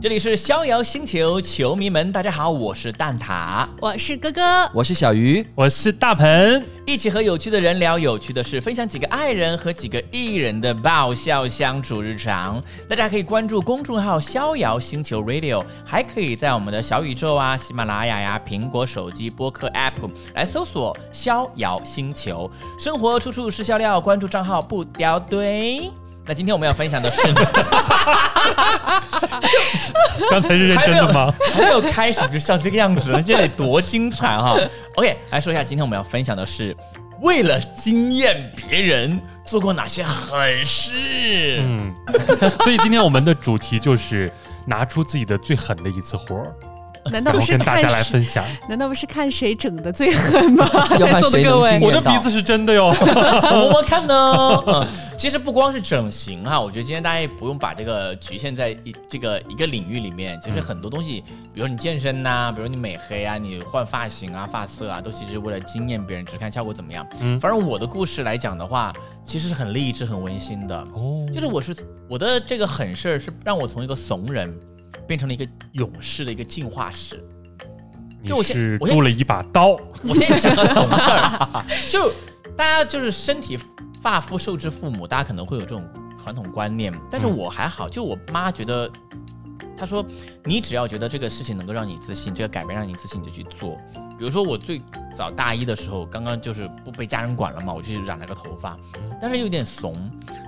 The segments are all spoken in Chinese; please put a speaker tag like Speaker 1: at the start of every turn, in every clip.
Speaker 1: 这里是逍遥星球，球迷们，大家好，我是蛋挞，
Speaker 2: 我是哥哥，
Speaker 3: 我是小鱼，
Speaker 4: 我是 大鹏，
Speaker 1: 一起和有趣的人聊有趣的事，分享几个爱人和几个艺人的爆笑相处日常。大家可以关注公众号“逍遥星球 Radio”，还可以在我们的小宇宙啊、喜马拉雅呀、苹果手机播客 App 来搜索“逍遥星球”，生活处处是笑料。关注账号不掉队。那今天我们要分享的是呢，
Speaker 4: 刚才是认真的吗？
Speaker 1: 还没有开始就像这个样子，这得多精彩 哈、OK，来说一下今天我们要分享的是，为了惊艳别人做过哪些狠事。
Speaker 4: 嗯， 所以今天我们的主题就是拿出自己的最狠的一次活儿，
Speaker 2: 难道
Speaker 4: 然
Speaker 2: 不
Speaker 4: 后
Speaker 2: 是
Speaker 4: 跟大
Speaker 2: 看
Speaker 4: 家来
Speaker 2: 谁？
Speaker 4: 分享。
Speaker 2: 难道不是看谁整的最狠 吗？
Speaker 3: 要
Speaker 2: 在
Speaker 3: 看
Speaker 2: 座的
Speaker 3: 谁
Speaker 2: 各
Speaker 3: 能
Speaker 2: 位
Speaker 3: 进，
Speaker 4: 我的鼻子是真 的哟，
Speaker 1: 我摸摸看呢。嗯，其实不光是整形啊哈、我觉得今天大家也不用把这个局限在一这个一个领域里面。其实很多东西，比如你健身呐、比如你美黑啊，你换发型啊、发色啊，都其实为了惊艳别人，只看效果怎么样。
Speaker 4: 嗯
Speaker 1: 反正我的故事来讲的话，其实是很励志、很温馨的。
Speaker 4: 哦
Speaker 1: 就是我是我的这个狠事儿，是让我从一个怂人变成了一个勇士的一个进化史。就我
Speaker 4: 你
Speaker 1: 先
Speaker 4: 是
Speaker 1: 我先
Speaker 4: 铸了一把刀，
Speaker 1: 我先讲个怂事儿，就大家就是身体发肤受之父母，大家可能会有这种传统观念，但是我还好，就我妈觉得，她说你只要觉得这个事情能够让你自信，这个改变让你自信，你就去做。比如说我最早大一的时候，刚刚就是不被家人管了嘛，我去染了个头发，但是有点怂，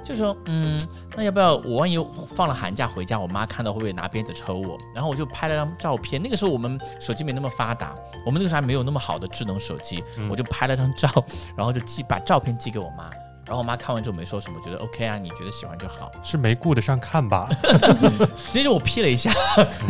Speaker 1: 就说嗯，那要不要我万一放了寒假回家，我妈看到会不会拿鞭子抽我？然后我就拍了张照片，那个时候我们手机没那么发达，我们那个时候还没有那么好的智能手机，我就拍了张照，然后就寄把照片寄给我妈。然后我妈看完之后没说什么，觉得 OK 啊，你觉得喜欢就好。
Speaker 4: 是没顾得上看吧？
Speaker 1: 其实我 P 了一下，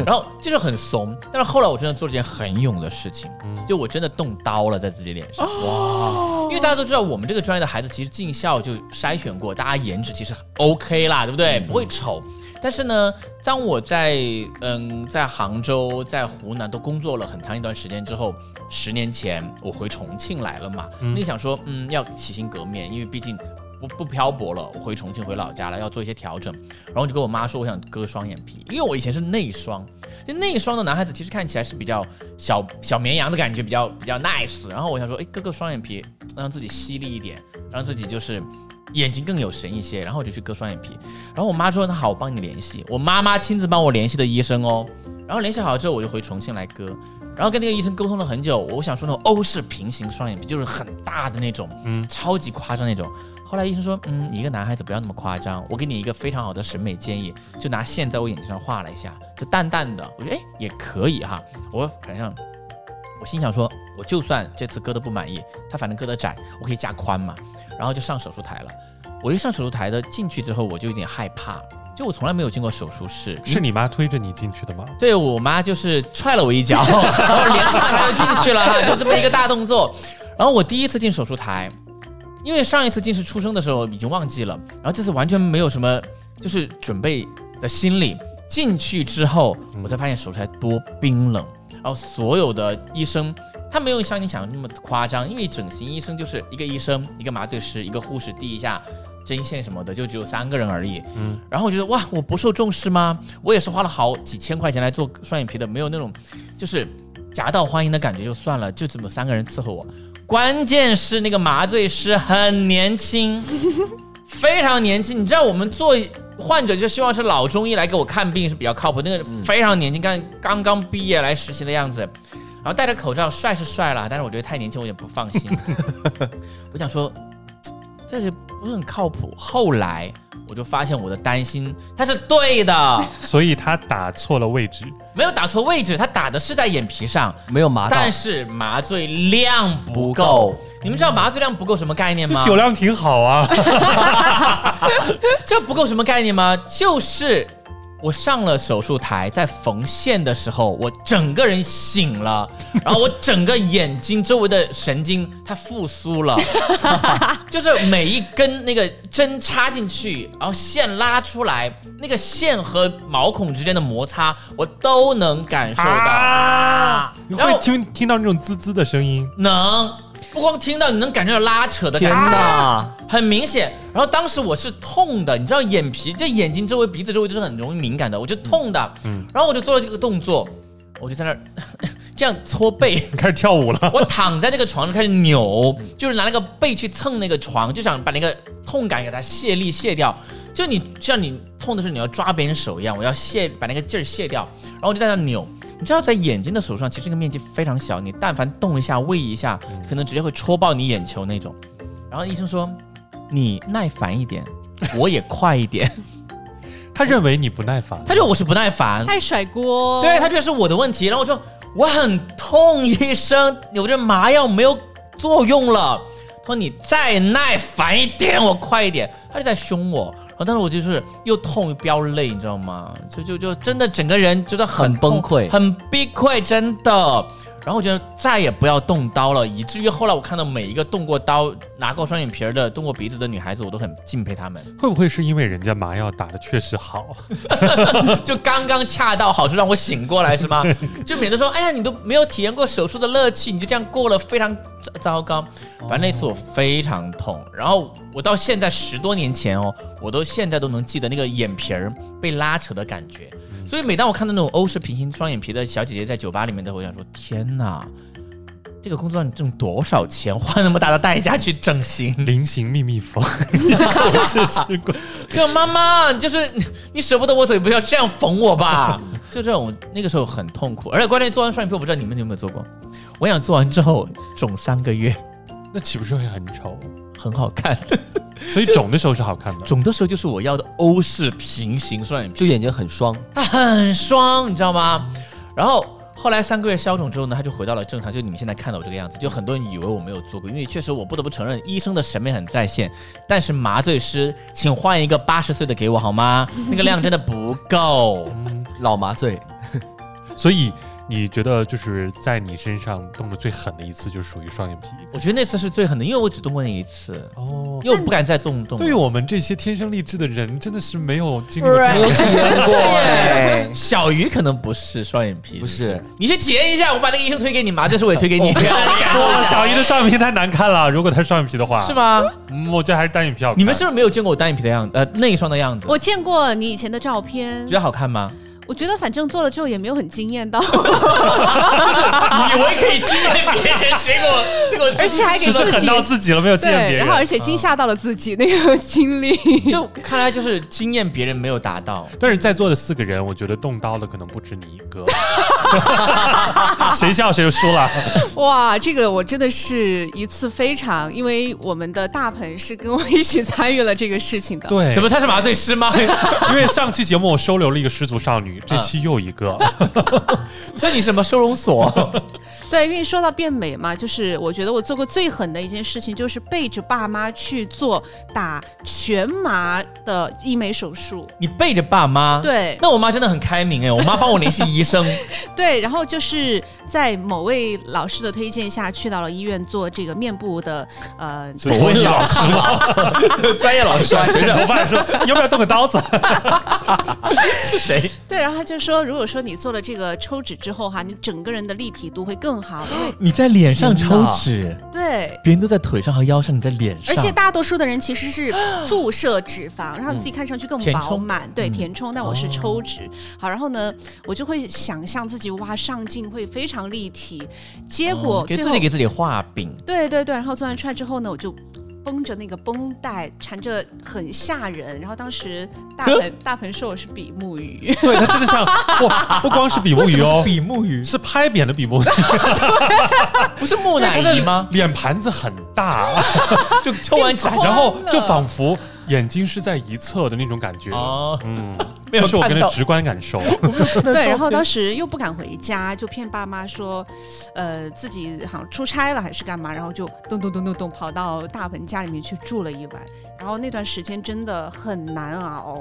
Speaker 1: 然后就是很怂，但是后来我真的做了件很勇的事情，就我真的动刀了在自己脸上。哇！因为大家都知道，我们这个专业的孩子其实进校就筛选过，大家颜值其实很 OK 啦，对不对？不会丑。但是呢，当我在嗯在杭州、在湖南都工作了很长一段时间之后，十年前我回重庆来了嘛，那想说嗯要洗心革面，因为毕竟不不漂泊了，我回重庆回老家了，要做一些调整。然后我就跟我妈说我想割双眼皮，因为我以前是内双，就内双的男孩子其实看起来是比较小小绵羊的感觉，比较比较 nice。然后我想说，哎，割个双眼皮，让自己犀利一点，让自己就是眼睛更有神一些。然后我就去割双眼皮。然后我妈说，那好，我帮你联系。我妈妈亲自帮我联系的医生哦。然后联系好之后，我就回重庆来割。然后跟那个医生沟通了很久，我想说那种欧式平行双眼皮，就是很大的那种，
Speaker 4: 嗯
Speaker 1: 超级夸张那种。后来医生说，嗯，你一个男孩子不要那么夸张，我给你一个非常好的审美建议，就拿线在我眼睛上画了一下，就淡淡的，我觉得哎也可以哈。我反正我心想说，我就算这次割的不满意，他反正割的窄，我可以加宽嘛。然后就上手术台了。我一上手术台的进去之后，我就有点害怕，就我从来没有进过手术室，
Speaker 4: 是你妈推着你进去的吗？
Speaker 1: 对我妈就是踹了我一脚，然后连她就进去了哈，就这么一个大动作。然后我第一次进手术台，因为上一次进是出生的时候已经忘记了，然后这次完全没有什么就是准备的心理。进去之后，我才发现手术台多冰冷，然后所有的医生。他没有像你想的那么夸张，因为整形医生就是一个医生、一个麻醉师、一个护士递一下针线什么的，就只有三个人而已。然后我觉得哇，我不受重视吗？我也是花了好几千块钱来做双眼皮的，没有那种就是夹道欢迎的感觉就算了，就这么三个人伺候我。关键是那个麻醉师很年轻， 非常年轻。你知道我们做患者就希望是老中医来给我看病是比较靠谱，那个非常年轻，刚刚刚毕业来实习的样子。然后戴着口罩，帅是帅了，但是我觉得太年轻，我有点不放心。我想说，这是不是很靠谱？后来我就发现我的担心他是对 的，
Speaker 4: 所以她打错了位置，
Speaker 1: 没有打错位置，他打的是在眼皮上，
Speaker 3: 没有麻到，
Speaker 1: 但是麻醉量不够。
Speaker 3: 不够
Speaker 1: 你们知道麻醉量不够什么概念吗？
Speaker 4: 酒量挺好啊。
Speaker 1: 这不够什么概念吗？就是我上了手术台，在缝线的时候，我整个人醒了，然后我整个眼睛周围的神经它复苏了，就是每一根那个针插进去，然后线拉出来，那个线和毛孔之间的摩擦，我都能感受到。
Speaker 4: 啊！你
Speaker 1: 然
Speaker 4: 会
Speaker 1: 后
Speaker 4: 听听到那种滋滋的声音，
Speaker 1: 能，不光听到，你能感觉到拉扯的
Speaker 3: 天
Speaker 1: 感觉，
Speaker 3: 哪！
Speaker 1: 很明显。然后当时我是痛的，你知道眼皮这眼睛周围、鼻子周围就是很容易敏感的，我就痛的。
Speaker 4: 嗯
Speaker 1: 然后我就做了这个动作，我就在那儿 这样搓背，
Speaker 4: 你开始跳舞了，
Speaker 1: 我躺在那个床上开始扭，就是拿那个背去蹭那个床，就想把那个痛感给它卸力卸掉。就你像你痛的时候，你要抓别人手一样，我要卸把那个劲儿卸掉，然后我就在那扭。你知道，在眼睛的手上，其实这个面积非常小，你但凡动一下、喂一下，可能直接会戳爆你眼球那种。然后医生说：“你耐烦一点，我也快一点。
Speaker 4: 他认为你不耐烦”，
Speaker 1: 他说：“我是不耐烦。”
Speaker 2: 爱甩锅。
Speaker 1: 对他觉得是我的问题，然后我说我很痛，医生，我这麻药没有作用了。他说你再耐烦一点，我快一点。他就在凶我，然后当时我就是又痛又飙泪，你知道吗？就就就真的整个人觉得很
Speaker 3: 很崩
Speaker 1: 痛
Speaker 3: 溃
Speaker 1: 很崩溃，真的。然后我觉得再也不要动刀了，以至于后来我看到每一个动过刀、拿过双眼皮儿的、动过鼻子的女孩子，我都很敬佩她们。
Speaker 4: 会不会是因为人家麻药打的确实好？
Speaker 1: 就刚刚恰到好处让我醒过来是吗？ 就免得说，哎呀，你都没有体验过手术的乐趣，你就这样过了，非常糟糟糕。反正那次我非常痛，然后我到现在十多年前哦，我都现在都能记得那个眼皮儿被拉扯的感觉。所以每当我看到那种欧式平行双眼皮的小姐姐在酒吧里面的时候，我想说，天哪！这个工作让你挣多少钱？花那么大的代价去整形，
Speaker 4: 菱形秘密 缝，是吃过。
Speaker 1: 就妈妈，就是你你舍不得我走，也不要这样缝我吧。 就这种，那个时候很痛苦，而且关键做完双眼皮，我不知道你们有没有做过。我想做完之后肿三个月，
Speaker 4: 那岂不是会很丑？
Speaker 1: 很好看。
Speaker 4: 所以肿的时候是好看的。
Speaker 1: 肿的时候就是我要的欧式平行双眼皮，
Speaker 3: 就眼睛很双，
Speaker 1: 它很双，你知道吗？然后后来三个月消肿之后呢，它就回到了正常，就你们现在看到我这个样子。就很多人以为我没有做过，因为确实我不得不承认，医生的审美很在线。但是麻醉师，请换一个八十岁的给我好吗？那个量真的不够。
Speaker 4: 嗯，
Speaker 3: 老麻醉，
Speaker 4: 所以你觉得就是在你身上动的最狠的一次，就属于双眼皮。
Speaker 1: 我觉得那次是最狠的，因为我只动过那一次，
Speaker 4: 哦，
Speaker 1: 因为我不敢再动动了。
Speaker 4: 对于我们这些天生丽质的人，真的是没有经历过这
Speaker 3: 没有
Speaker 4: 种。
Speaker 3: 体验过哎。
Speaker 1: 小鱼可能不是双眼皮，
Speaker 3: 不是，哦
Speaker 1: 你去体验一下，我把那个医生推给你，麻醉师我也推给你， 不要让你感动
Speaker 4: 哇小姨的双眼皮太难看了，如果她双眼皮的话，
Speaker 1: 是？吗？
Speaker 4: 嗯，我觉得还是单眼皮好看。
Speaker 1: 你们是不是没有见过我单眼皮的样子？呃，那一双的样子，
Speaker 2: 我见过你以前的照片
Speaker 1: 觉，
Speaker 4: 啊
Speaker 1: 得好看吗？
Speaker 2: 我觉得反正做了之后也没有很惊艳 到，
Speaker 1: 啊 以为可以惊艳别人，结果 结果
Speaker 2: 而且还给
Speaker 4: 只是
Speaker 2: 自
Speaker 4: 狠
Speaker 2: 己
Speaker 4: 到自己了，嗯没有见别
Speaker 2: 对，
Speaker 4: 人。
Speaker 2: 然后而且惊吓到了自己那个经历，
Speaker 1: 就看来就是惊艳别人没有达到。
Speaker 4: 但是在座的四个人，我觉得动刀的可能不止你一个， 谁笑谁就输了。
Speaker 2: 哇，这个我真的是一次非常，因为我们的大鹏是跟我一起参与了这个事情的。
Speaker 4: 对
Speaker 1: 怎么他是麻醉师 吗？
Speaker 4: 因为上期节目我收留了一个失足少女，
Speaker 1: 嗯
Speaker 4: 这期又一 个，
Speaker 1: 所以你什么收容 所？
Speaker 2: 对，因为说到变美嘛，就是我觉得我做过最狠的一件事情，就是背着爸妈去做打全麻的医美手术。
Speaker 1: 你背着爸妈？。
Speaker 2: 对
Speaker 1: 那我妈真的很开明哎，我妈帮我联系医 生，
Speaker 2: 对，然后就是在某位老师的推荐下，去到了医院做这个面部的呃，
Speaker 4: 所以我问老师嘛，
Speaker 1: 专业老师啊，谁
Speaker 4: 剪
Speaker 1: 的
Speaker 4: 头发说要不要动 个刀子？
Speaker 1: 是谁？
Speaker 2: 对，然后他就说，如果说你做了这个抽脂之后哈，你整个人的立体度会更好，因为
Speaker 1: 你在脸上
Speaker 3: 天
Speaker 1: 抽
Speaker 3: 哪
Speaker 1: 脂，
Speaker 2: 对。
Speaker 1: 别人都在腿上和腰上，你在脸上，嗯
Speaker 2: 而且大多数的人其 实是注射脂肪，让自己看上去更
Speaker 1: 填
Speaker 2: 饱
Speaker 1: 充
Speaker 2: 满，对
Speaker 1: 嗯
Speaker 2: 填充。但我是抽脂，好，然后呢，我就会想象自己哇上镜会非常立体，结果
Speaker 1: 嗯给
Speaker 2: 最
Speaker 1: 自
Speaker 2: 后、
Speaker 1: 己给自己画饼，
Speaker 2: 对对对，然后做完出来之后呢，我就。绷着那个绷带，缠着很吓人。然后当时 大鹏大鹏说我是比目鱼，
Speaker 4: 对他真的像不不光是比目鱼哦，
Speaker 1: 比目鱼
Speaker 4: 是拍扁的比目鱼，
Speaker 1: 不是木乃伊吗？
Speaker 4: 脸盘子很大，
Speaker 1: 就抽完脂
Speaker 2: 变宽
Speaker 4: 然后
Speaker 2: 了
Speaker 4: 就仿佛眼睛是在一侧的那种感觉。
Speaker 1: 哦，
Speaker 4: 嗯，
Speaker 1: 没有
Speaker 4: 这是我
Speaker 1: 看
Speaker 4: 跟
Speaker 1: 到
Speaker 4: 的直观 感受。
Speaker 2: 对。然后当时又不敢回家，就骗爸妈说，呃，自己好像出差了还是干嘛，然后就咚咚咚咚咚跑到大鹏家里面去住了一晚。然后那段时间真的很难熬，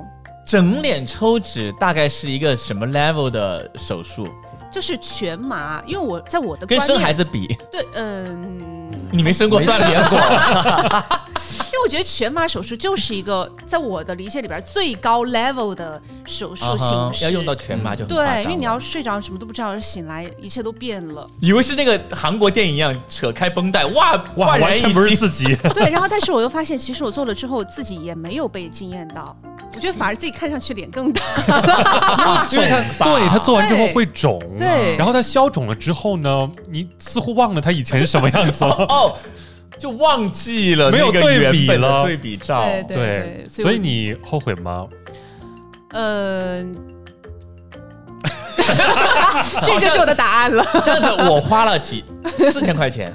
Speaker 1: 整脸抽脂大概是一个什么 level 的手术？
Speaker 2: 就是全麻，因为我在我的
Speaker 1: 跟
Speaker 2: 观
Speaker 1: 生孩
Speaker 2: 念
Speaker 1: 子比，
Speaker 2: 对，嗯。
Speaker 1: 你没生过啊
Speaker 3: 没
Speaker 1: 算了，
Speaker 3: 过，
Speaker 2: 因为我觉得全麻手术就是一个在我的理解里边最高 level 的手术
Speaker 1: 啊哈
Speaker 2: 形式，
Speaker 1: 要用到全麻就很夸张
Speaker 2: 对，因为你要睡着什么都不知道，醒来一切都变了。
Speaker 1: 以为是那个韩国电影一样，扯开绷带，哇
Speaker 4: 哇，
Speaker 1: 焕然
Speaker 4: 完
Speaker 1: 一
Speaker 4: 全不是
Speaker 1: 新。
Speaker 4: 自己。
Speaker 2: 对，然后但是我又发现，其实我做了之后，自己也没有被惊艳到，我觉得反而自己看上去脸更大。
Speaker 1: 因为它
Speaker 4: 对，它做完之后
Speaker 2: 对
Speaker 4: 会肿，啊
Speaker 2: 对
Speaker 4: 然后它消肿了之后呢，你似乎忘了它以前是什么样子了。
Speaker 1: 哦，就忘记了
Speaker 4: 没有
Speaker 1: 那个
Speaker 4: 对
Speaker 1: 原
Speaker 4: 比
Speaker 1: 本的
Speaker 4: 了
Speaker 1: 对比照。
Speaker 2: 对对所以
Speaker 4: 所以你后悔吗？
Speaker 2: 嗯， 这就是我的答案了。
Speaker 1: 这样子我花了几四千块 钱，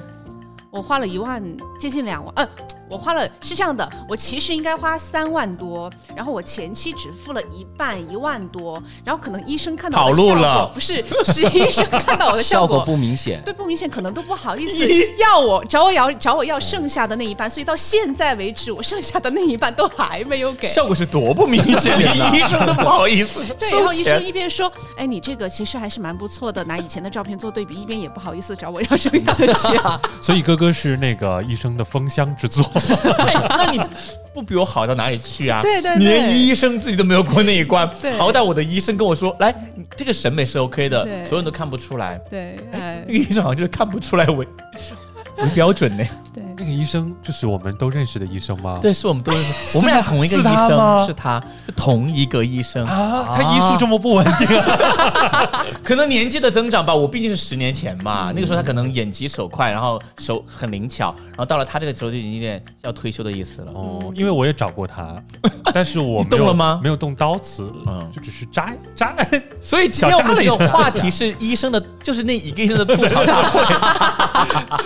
Speaker 2: 我花了一万，接近两万，呃，我花了是这样的，我其实应该花三万多，然后我前期只付了一半一万多，然后可能医生看到我的
Speaker 1: 跑路
Speaker 2: 效果
Speaker 1: 了
Speaker 2: 不是，是医生看到我的
Speaker 3: 效
Speaker 2: 效
Speaker 3: 果
Speaker 2: 果。
Speaker 3: 不明显。
Speaker 2: 对，不明显，可能都不好意思
Speaker 1: 一
Speaker 2: 要我找我要找我要剩下的那一半，所以到现在为止，我剩下的那一半都还没有给。
Speaker 1: 效果是多不明显，连医生都不好意思收钱。
Speaker 2: 对，然后医生一边说：“哎，你这个其实还是蛮不错的，拿以前的照片做对比，一边也不好意思找我要剩下 的钱。
Speaker 4: 所以哥哥是那个医生的封箱之作，
Speaker 1: 那你不比我好到哪里去啊？
Speaker 2: 对对对
Speaker 1: 你连医生自己都没有过那一关
Speaker 2: 对。
Speaker 1: 好歹我的医生跟我说，来，你这个审美是 OK 的，
Speaker 2: 对
Speaker 1: 所有人都看不出来。”
Speaker 2: 对，
Speaker 1: 哎
Speaker 2: 哎，
Speaker 1: 那，个医生好像就是看不出来为 为标准呢。
Speaker 2: 对，
Speaker 4: 那个医生就是我们都认识的医生吗？
Speaker 1: 对，是我们都认识，我们俩同一个医
Speaker 4: 是他
Speaker 1: 生，
Speaker 4: 吗
Speaker 1: 是他，是同一个医生。
Speaker 4: 啊，他医术这么不稳 定啊！
Speaker 1: 可能年纪的增长吧，我毕竟是十年前嘛，那个时候他可能眼疾手快，然后手很灵巧，然后到了他这个时候就已经有点要退休的意思了。
Speaker 4: 哦，因为我也找过 他，但是我
Speaker 1: 你
Speaker 4: 没
Speaker 1: 动
Speaker 4: 有
Speaker 1: 了吗
Speaker 4: 没有动刀子，
Speaker 1: 嗯
Speaker 4: 就只是扎扎。
Speaker 1: 所以今天我们这个话题是医生的，就是那一个医 生的吐槽大会。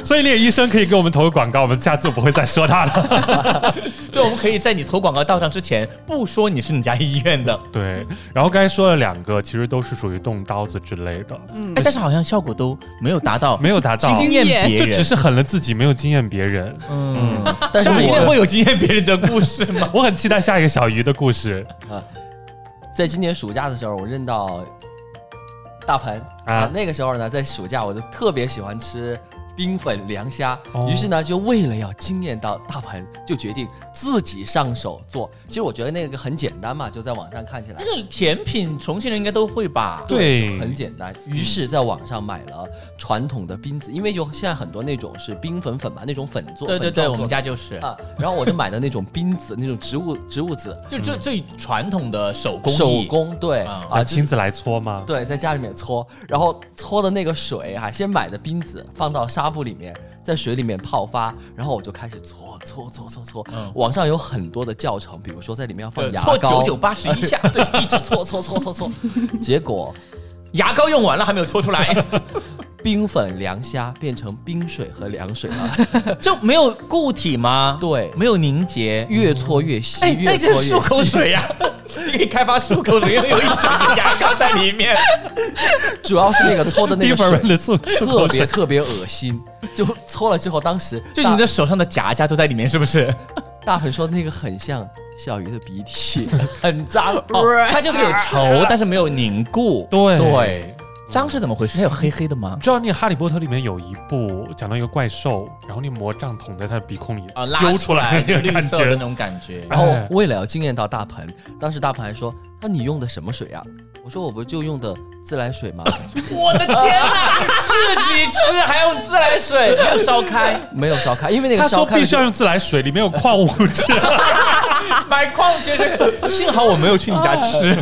Speaker 4: 所以那个医生可以给我们投个广告，我们下次不会再说他 了。
Speaker 1: 对，我们可以在你投广告到账之前，不说你是哪家医院的，
Speaker 4: 对，然后刚才说了两个，其实都是属于动刀子之类的，
Speaker 2: 嗯
Speaker 1: 哎，但是好像效果都没有达到
Speaker 4: 没有达到，
Speaker 1: 惊艳别
Speaker 4: 就
Speaker 1: 人，
Speaker 4: 只是狠了自己，没有惊艳别人。
Speaker 1: 嗯。
Speaker 3: 但是
Speaker 1: 下一届
Speaker 3: 我
Speaker 1: 会有惊艳别人的故事吗？
Speaker 4: 我很期待下一个小鱼的故事
Speaker 3: 在今年暑假的时候，我认到大盆啊
Speaker 4: 啊，，
Speaker 3: 那个时候呢，在暑假我就特别喜欢吃冰粉凉虾，
Speaker 4: 哦
Speaker 3: 于是呢，就为了要惊艳到大盆，就决定自己上手做。其实我觉得那个很简单嘛，就在网上看起来
Speaker 1: 那。个甜品，重庆人应该都会吧？
Speaker 4: 对，
Speaker 3: 很简单，于是在网上买了传统的冰子，因为就现在很多那种是冰粉粉嘛，那种粉做，
Speaker 1: 对对
Speaker 3: 粉状
Speaker 1: 对，
Speaker 3: 做
Speaker 1: 我们
Speaker 3: 的
Speaker 1: 家就是，
Speaker 3: 啊，然后我就买的那种冰子，那种植物植物子，
Speaker 1: 就最最传统的手工艺
Speaker 3: 手工对
Speaker 1: 啊
Speaker 4: 啊，
Speaker 3: 就
Speaker 4: 亲自来搓吗？
Speaker 3: 对，在家里面搓，然后搓的那个水啊，先买的冰子放到纱布里面，在水里面泡发，然后我就开始搓搓搓搓搓。
Speaker 1: 嗯
Speaker 3: 网上有很多的教程，比如说在里面要放
Speaker 1: 对
Speaker 3: 牙
Speaker 1: 搓
Speaker 3: 膏，
Speaker 1: 九九八十一 下，对，
Speaker 3: 一直搓搓搓搓搓， 结果
Speaker 1: 牙膏用完了还没有搓出来，
Speaker 3: 冰粉凉虾变成冰水和凉水了，
Speaker 1: 就没有固体吗？
Speaker 3: 对
Speaker 1: 没有凝结。
Speaker 3: 越搓越细，
Speaker 1: 哎，那
Speaker 3: 越搓
Speaker 1: 就是漱口
Speaker 3: 越细。
Speaker 1: 水呀、你可以开发漱口水，因为有一整个牙膏在里面。
Speaker 3: 主要是那个搓的 那
Speaker 4: 一
Speaker 3: 个
Speaker 4: 会儿
Speaker 3: 水
Speaker 4: 的漱漱
Speaker 3: 特
Speaker 4: 口
Speaker 3: 别
Speaker 4: 水，
Speaker 3: 特别恶心，就搓了之后，当 时
Speaker 1: 就
Speaker 3: 大
Speaker 1: 你的手上的夹夹都在里面，是不 是？
Speaker 3: 大鹏说那个很像小鱼的鼻 涕，很脏。
Speaker 1: 哦，它就是有 稠，但是没有凝固。
Speaker 4: 对
Speaker 1: 对，脏是怎么回事？它有黑黑的吗
Speaker 4: 你？知道那个《哈利波特》里面有一部讲到一个怪兽，然后那魔杖捅在他的鼻孔里
Speaker 1: 啊，拉
Speaker 4: 揪出来
Speaker 1: 出
Speaker 4: 的那个
Speaker 1: 绿
Speaker 4: 感
Speaker 1: 色的那
Speaker 4: 觉，
Speaker 1: 种感觉。
Speaker 3: 然后
Speaker 4: 哎
Speaker 3: 为了要惊艳到大鹏，当时大鹏还说：“那你用的什么水啊？”我说：“我不就用的自来水吗？
Speaker 1: 我的天哪！ 自己吃还用自来水，没有烧开，
Speaker 3: 没有烧开，因为那
Speaker 4: 他
Speaker 3: 个烧
Speaker 4: 说
Speaker 3: 开
Speaker 4: 必
Speaker 3: 了
Speaker 4: 须
Speaker 3: 就
Speaker 4: 要用自来水，里面有矿物 质。
Speaker 1: 买矿泉水。 幸好我没有去你家吃。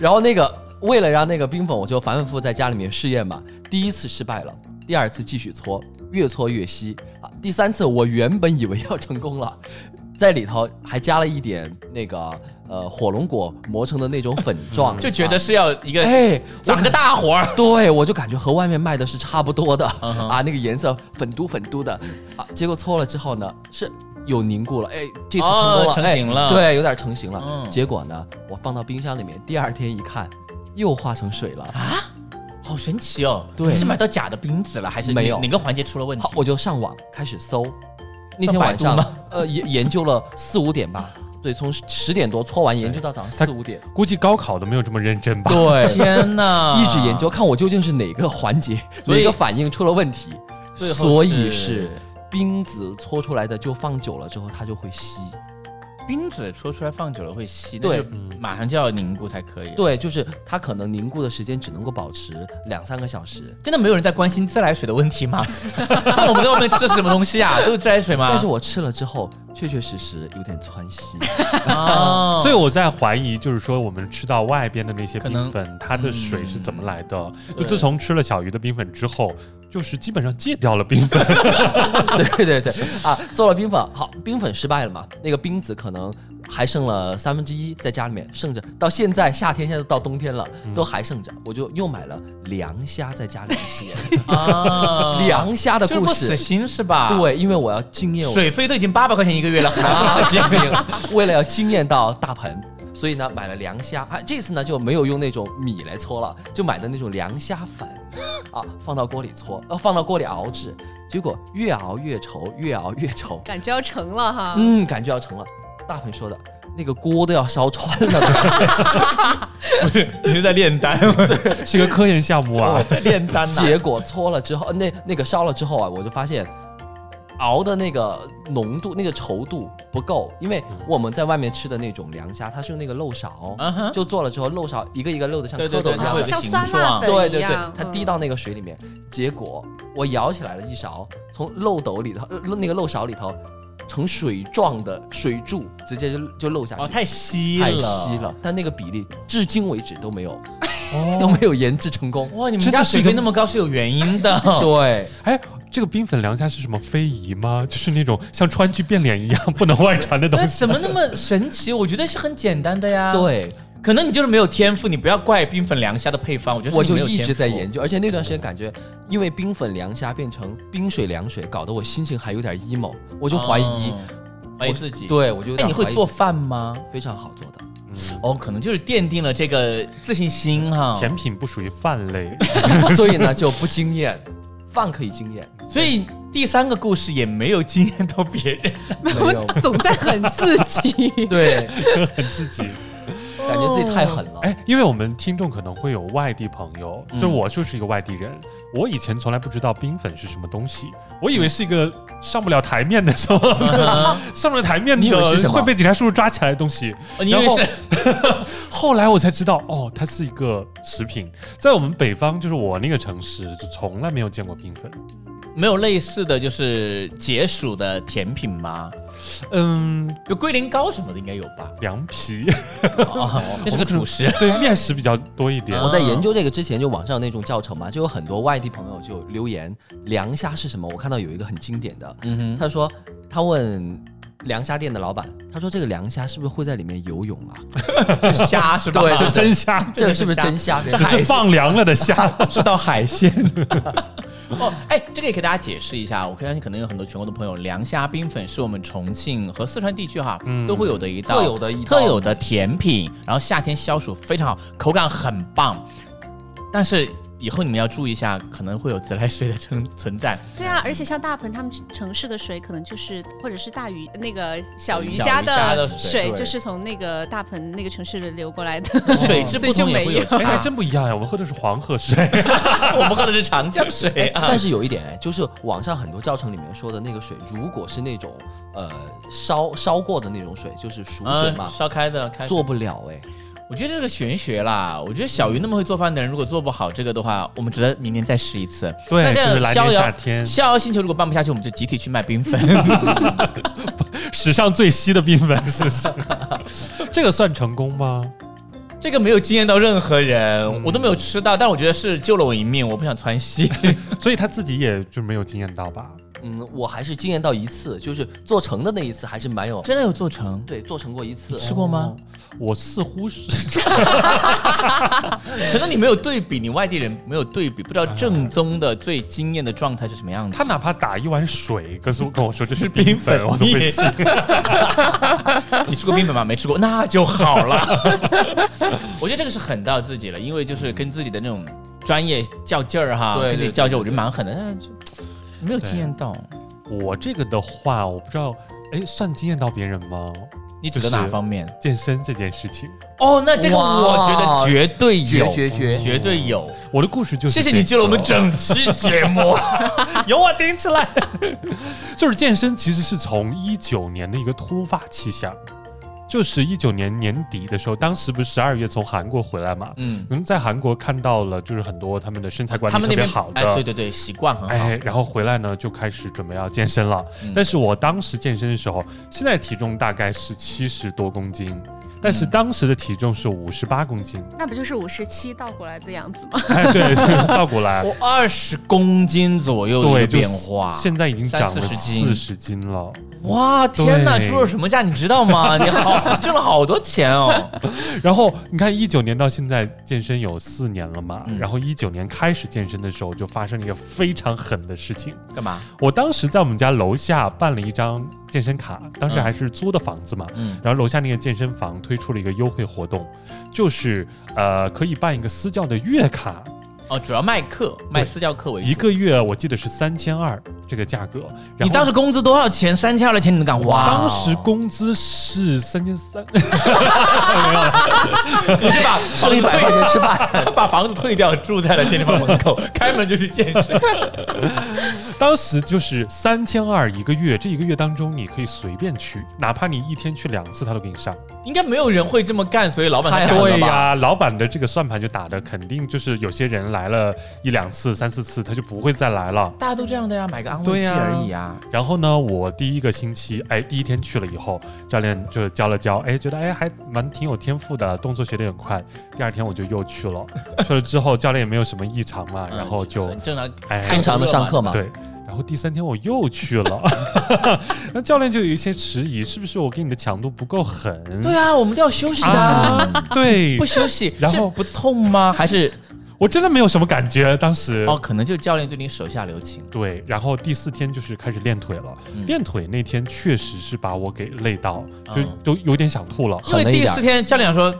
Speaker 3: 然后那个为了让那个冰粉，我就反反复复在家里面试验嘛。第一次失败了，第二次继续搓，越搓越稀啊。第三次我原本以为要成功了，在里头还加了一点那个呃火龙果磨成的那种粉 状，啊
Speaker 1: 就觉得是要一个
Speaker 3: 哎，我
Speaker 1: 长个大活儿。
Speaker 3: 对，我就感觉和外面卖的是差不多的、
Speaker 1: 嗯哼
Speaker 3: 啊，那个颜色粉嘟粉嘟的啊，结果搓了之后呢，是有凝固了，哎，这次成功了，
Speaker 1: 哦成型了
Speaker 3: 哎，对，有点成型了。
Speaker 1: 嗯
Speaker 3: 结果呢，我放到冰箱里面，第二天一看，又化成水了。
Speaker 1: 啊好神奇哦！
Speaker 3: 对
Speaker 1: 你是买到假的冰子了，还是
Speaker 3: 没有
Speaker 1: 哪个环节出了问题
Speaker 3: 好？，我就上网开始搜，那
Speaker 1: 上
Speaker 3: 天晚
Speaker 1: 百度
Speaker 3: 上
Speaker 1: 吗
Speaker 3: 呃研研究了四五点吧，对，从十点多搓完研究到早上
Speaker 4: 它
Speaker 3: 四五点，
Speaker 4: 估计高考都没有这么认真吧？
Speaker 3: 对，
Speaker 1: 天哪！
Speaker 3: 一直研究，看我究竟是哪个环节
Speaker 1: 啊所以
Speaker 3: 哪个反应出了问题，
Speaker 1: 最后
Speaker 3: 所以
Speaker 1: 是
Speaker 3: 是冰子搓出来的就放久了之后它就会稀。
Speaker 1: 冰子戳出来放久了会稀，
Speaker 3: 对
Speaker 1: 那就马上就要凝固才可以。，
Speaker 3: 对，就是它可能凝固的时间只能够保持两三个小时。
Speaker 1: 真的没有人在关心自来水的问题吗？ 那我们在外面吃的是什么东西 啊？都是自来水吗？
Speaker 3: 但是我吃了之后，确确实实有点窜稀。
Speaker 1: 啊，
Speaker 4: 所以我在怀疑，就是说我们吃到外边的那些
Speaker 1: 可能嗯
Speaker 4: 冰粉，它的水是怎么来的？就
Speaker 1: 对
Speaker 4: 自从吃了小鱼的冰粉之后，就是基本上戒掉了 冰粉。
Speaker 3: 对对对啊，做了冰粉，好，冰粉失败了嘛？那个冰子可能还剩了三分之一在家里面剩着，到现在夏天现在都到冬天了，
Speaker 1: 嗯
Speaker 3: 都还剩着，我就又买了凉虾在家里面 试验。
Speaker 1: 啊
Speaker 3: 凉虾的
Speaker 1: 就是
Speaker 3: 故
Speaker 1: 不死
Speaker 3: 事，
Speaker 1: 心啊是吧？，
Speaker 3: 对，因为我要惊艳我
Speaker 1: 水费都已经八百块钱一个月了，还不
Speaker 3: 啊
Speaker 1: 死 心？
Speaker 3: 为了要惊艳到大盆，所以呢买了凉虾啊。这次呢就没有用那种米来搓了，就买的那种凉虾粉啊，放到锅里搓，呃，放到锅里熬制。结果越熬越稠，越熬越稠，
Speaker 2: 感觉要成了哈。
Speaker 3: 嗯，感觉要成了。大盆说的那个锅都要烧穿了，
Speaker 1: 不是，你是在炼丹吗？
Speaker 4: 是个科研项目啊
Speaker 1: 我，在炼丹呐。
Speaker 3: 结果搓了之后，那那个烧了之后啊，我就发现。熬的那个浓度、那个稠度不够，因为我们在外面吃的那种凉虾，它是用那个漏勺，
Speaker 1: 嗯哼，
Speaker 3: 就做了之后漏勺一个一个漏的像
Speaker 1: 对对
Speaker 3: 蝌蚪
Speaker 1: 对，
Speaker 3: 一
Speaker 1: 它
Speaker 3: 样
Speaker 1: 会
Speaker 3: 的
Speaker 1: 有，
Speaker 2: 像
Speaker 1: 形
Speaker 2: 酸辣
Speaker 1: 状
Speaker 2: 粉。
Speaker 3: 对
Speaker 2: 一
Speaker 3: 对对
Speaker 2: 样，
Speaker 3: 它
Speaker 2: 嗯
Speaker 3: 滴到那个水里面，结果我舀起来了一勺，从漏斗里头，呃那个漏勺里头，成水状的水柱，直接就就漏下去，
Speaker 1: 哦，太稀
Speaker 3: 太
Speaker 1: 了，哦
Speaker 3: 稀。了。但那个比例至今为止都没有，都没有研制成功。
Speaker 1: 哇，你们
Speaker 4: 真的
Speaker 1: 家
Speaker 4: 是
Speaker 1: 水
Speaker 4: 一个
Speaker 1: 费那么高是有原因的。
Speaker 3: 对，
Speaker 4: 哎，这个冰粉凉虾是什么非遗吗？就是那种像川剧变脸一样不能外传的东
Speaker 1: 那
Speaker 4: 西
Speaker 1: 怎。么那么神奇？我觉得是很简单的呀。，
Speaker 3: 对，
Speaker 1: 可能你就是没有天赋，你不要怪冰粉凉虾的配方。我觉得是
Speaker 3: 我
Speaker 1: 你
Speaker 3: 就
Speaker 1: 没有
Speaker 3: 一
Speaker 1: 天
Speaker 3: 直在
Speaker 1: 赋嗯
Speaker 3: 研究，而且那段时间感觉，因为冰粉凉虾变成冰水凉水，搞得我心情还有点 emo，我就怀疑，
Speaker 1: 哦怀疑自己。，
Speaker 3: 对我就有
Speaker 1: 那
Speaker 3: 点
Speaker 1: 你
Speaker 3: 怀
Speaker 1: 会
Speaker 3: 疑
Speaker 1: 做
Speaker 3: 自己
Speaker 1: 饭吗？
Speaker 3: 非常好做的。
Speaker 1: 哦，可能就是奠定了这个自信心
Speaker 3: 啊
Speaker 1: 哈。
Speaker 4: 甜品不属于饭类，
Speaker 3: 所以呢就不惊艳，饭可以惊艳，
Speaker 1: 所以第三个故事也没有惊艳到别人，
Speaker 3: 没有
Speaker 2: 总在很自己。
Speaker 3: 对，哦
Speaker 4: 很刺激。
Speaker 3: 感觉自己太狠了。
Speaker 4: 哎，因为我们听众可能会有外地朋友，就是
Speaker 1: 嗯
Speaker 4: 我就是一个外地人，我以前从来不知道冰粉是什么东西，我以为是一个上不了台面的什么， 上不了台面
Speaker 3: 嗯你以为是
Speaker 4: 的
Speaker 3: 什么
Speaker 4: 会被警察叔叔抓起来的东西。
Speaker 1: 哦你以为
Speaker 4: 然后
Speaker 1: 是
Speaker 4: 后来我才知道，哦，它是一个食品，在我们北方，就是我那个城市，就从来没有见过冰粉。
Speaker 1: 没有类似的就是解暑的甜品吗？
Speaker 4: 嗯，
Speaker 1: 有龟苓膏什么的应该有吧？
Speaker 4: 凉皮，
Speaker 1: 哦， 那是个主食。
Speaker 4: 对面食比较多一点。
Speaker 3: 啊我在研究这个之前，就网上有那种教程嘛，就有很多外地朋友就留言凉虾是什么。我看到有一个很经典的，
Speaker 1: 嗯哼，
Speaker 3: 他说他问凉虾店的老板，他说这个凉虾是不是会在里面游泳 啊？
Speaker 1: 是虾是吧？
Speaker 4: 对，就真虾，
Speaker 3: 这个是不是真虾？
Speaker 1: 这
Speaker 4: 只
Speaker 1: 还
Speaker 4: 是放凉了的 虾。
Speaker 1: 是到海鲜。 哦，哎，这个也给大家解释一下，我相信可能有很多全国的朋友，凉虾冰粉是我们重庆和四川地区哈、
Speaker 4: 嗯
Speaker 1: 都会有的一道
Speaker 3: 特有的一道
Speaker 1: 特有的甜品，然后夏天消暑非常好，口感很棒。但是以后你们要注意一下，可能会有自来水的存存在。
Speaker 2: 对啊，而且像大鹏他们城市的水，可能就是或者是大鱼那个小鱼
Speaker 1: 小
Speaker 2: 家
Speaker 1: 鱼家的
Speaker 2: 的
Speaker 1: 水
Speaker 2: 水，
Speaker 3: 对
Speaker 2: 就是从那个大鹏那个城市里流过来的。
Speaker 1: 水质不同也会有
Speaker 2: 所
Speaker 4: 哎，还
Speaker 1: 差，
Speaker 4: 真不一样呀！我们喝的是黄河水，
Speaker 1: 我们喝的是长江水 啊。
Speaker 3: 但是有一点，哎就是网上很多教程里面说的那个水，如果是那种呃烧烧过的那种水，就是熟水
Speaker 1: 啊
Speaker 3: 嘛，
Speaker 1: 烧开的开水
Speaker 3: 做不了哎。
Speaker 1: 我觉得这是个玄学啦。我觉得小鱼那么会做饭的人，如果做不好这个的话，我们值得明年再试一次。那
Speaker 4: 对，
Speaker 1: 这
Speaker 4: 就
Speaker 1: 样
Speaker 4: 是来
Speaker 1: 逍
Speaker 4: 年
Speaker 1: 遥
Speaker 4: 夏天
Speaker 1: 逍遥星球如果办不下去，我们就集体去卖冰粉。
Speaker 4: 史上最稀的冰粉，是不 是？这个算成功吗？
Speaker 1: 这个没有惊艳到任何
Speaker 4: 嗯
Speaker 1: 人，我都没有吃到，但我觉得是救了我一命。我不想窜 稀。
Speaker 4: 所以他自己也就没有惊艳到吧？
Speaker 3: 嗯，我还是惊艳到一次，就是做成的那一次，还是蛮有
Speaker 1: 真的有做成？
Speaker 3: 对做成过一次。
Speaker 1: 吃过吗
Speaker 4: 哦？我似乎是，
Speaker 1: 可能你没有对比，你外地人没有对比，不知道正宗的最惊艳的状态是什么样子。
Speaker 4: 他哪怕打一碗水，跟我跟我说这是 冰粉，我都会信。
Speaker 1: 你吃过冰粉吗？没吃过，那就好 了。我觉得这个是狠到自己了，因为就是跟自己的那种专业较劲儿哈，
Speaker 3: 对
Speaker 1: 跟自己
Speaker 3: 对
Speaker 1: 较劲儿，
Speaker 3: 对
Speaker 1: 我觉得蛮狠的，但是就没有
Speaker 4: 对
Speaker 1: 惊艳到。
Speaker 4: 我这个的话，我不知道，哎，算惊艳到别人吗？
Speaker 1: 你指的哪方面？
Speaker 4: 健身这件事情，
Speaker 1: 哦，那这个我觉得绝对有，
Speaker 3: 绝绝绝
Speaker 1: 绝对有。
Speaker 4: 我的故事就
Speaker 1: 谢
Speaker 4: 是这个、哦
Speaker 1: 谢你救了我们整期节目。
Speaker 4: 有 我顶起来。就是健身其实是从一九年的一个突发奇想，就是一九年年底的时候，当时不是十二月从韩国回来嘛，
Speaker 1: 嗯，
Speaker 4: 可能在韩国看到了就是很多他们的身材管
Speaker 1: 他们那
Speaker 4: 理特别
Speaker 1: 边
Speaker 4: 好的，
Speaker 1: 哎，对对对，习惯很好
Speaker 4: 哎，。然后回来呢就开始准备要健身了。
Speaker 1: 嗯
Speaker 4: 但是我当时健身的时候，现在体重大概是七十多公斤，但是当时的体重是五十八 公斤。
Speaker 5: 那不就是五十七倒过来的样子 吗？
Speaker 4: 哎，对，倒过来，
Speaker 1: 我哦二十公斤左右的
Speaker 4: 哎对，
Speaker 1: 一个
Speaker 4: 就
Speaker 1: 变化。
Speaker 4: 现在已经长了
Speaker 1: 三四十斤
Speaker 4: 四十斤了。
Speaker 1: 哇，天哪！
Speaker 4: 对
Speaker 1: 猪肉什么价你知道 吗？你好挣了好多钱哦。
Speaker 4: 然后你看，一九年到现在健身有四年了嘛，
Speaker 1: 嗯
Speaker 4: 然后一九年开始健身的时候，就发生了一个非常狠的事情。
Speaker 1: 干嘛？
Speaker 4: 我当时在我们家楼下办了一张健身卡，当时
Speaker 1: 嗯
Speaker 4: 还是租的房子嘛，
Speaker 1: 嗯
Speaker 4: 然后楼下那个健身房推出了一个优惠活动，就是呃可以办一个私教的月卡，
Speaker 1: 哦，主要卖课，卖私教课为主。
Speaker 4: 一个月我记得是三千二这个价格。然后
Speaker 1: 你当时哦工资多少钱？三千二的钱你能敢花？
Speaker 4: 当时工资是三千三，
Speaker 1: 你是把
Speaker 3: 剩一百块钱吃饭，
Speaker 1: 把房子退掉，住在了健身房门口， 开门就去健身。
Speaker 4: 当时就是三千二一个月，这一个月当中你可以随便去，哪怕你一天去两次，他都给你上。
Speaker 1: 应该没有人会这么干，所以老板才
Speaker 3: 太
Speaker 1: 干
Speaker 3: 狠
Speaker 1: 了
Speaker 3: 了
Speaker 4: 对
Speaker 1: 哎吧
Speaker 4: 呀、老板的这个算盘就打的肯定就是有些人来了一两次、三四次，他就不会再来了。
Speaker 1: 大家都这样的呀，买个安慰
Speaker 4: 对
Speaker 1: 剂
Speaker 4: 呀
Speaker 1: 而已啊。
Speaker 4: 然后呢，我第一个星期，哎，第一天去了以后，教练就教了教，哎，觉得哎还蛮挺有天赋的，动作学得也快。第二天我就又去了，去了之后教练也没有什么异常嘛，然后就
Speaker 1: 嗯很正常
Speaker 4: 哎
Speaker 1: 看
Speaker 3: 正常的上课嘛。
Speaker 4: 对。然后第三天我又去了， 那教练就有一些迟疑，是不是我给你的强度不够狠？
Speaker 1: 对啊，我们都要休息的啊，
Speaker 4: 啊，对
Speaker 1: 不，休息，
Speaker 4: 然后
Speaker 1: 这不痛吗？还是
Speaker 4: 我真的没有什么感觉，当时。
Speaker 1: 哦，可能就是教练对你手下留情。
Speaker 4: 对，然后第四天就是开始练腿了。
Speaker 1: 嗯
Speaker 4: 练腿那天确实是把我给累到，就
Speaker 1: 嗯
Speaker 4: 都有点想吐了。
Speaker 1: 因为
Speaker 3: 狠了一
Speaker 1: 第
Speaker 3: 点
Speaker 1: 四天教练说，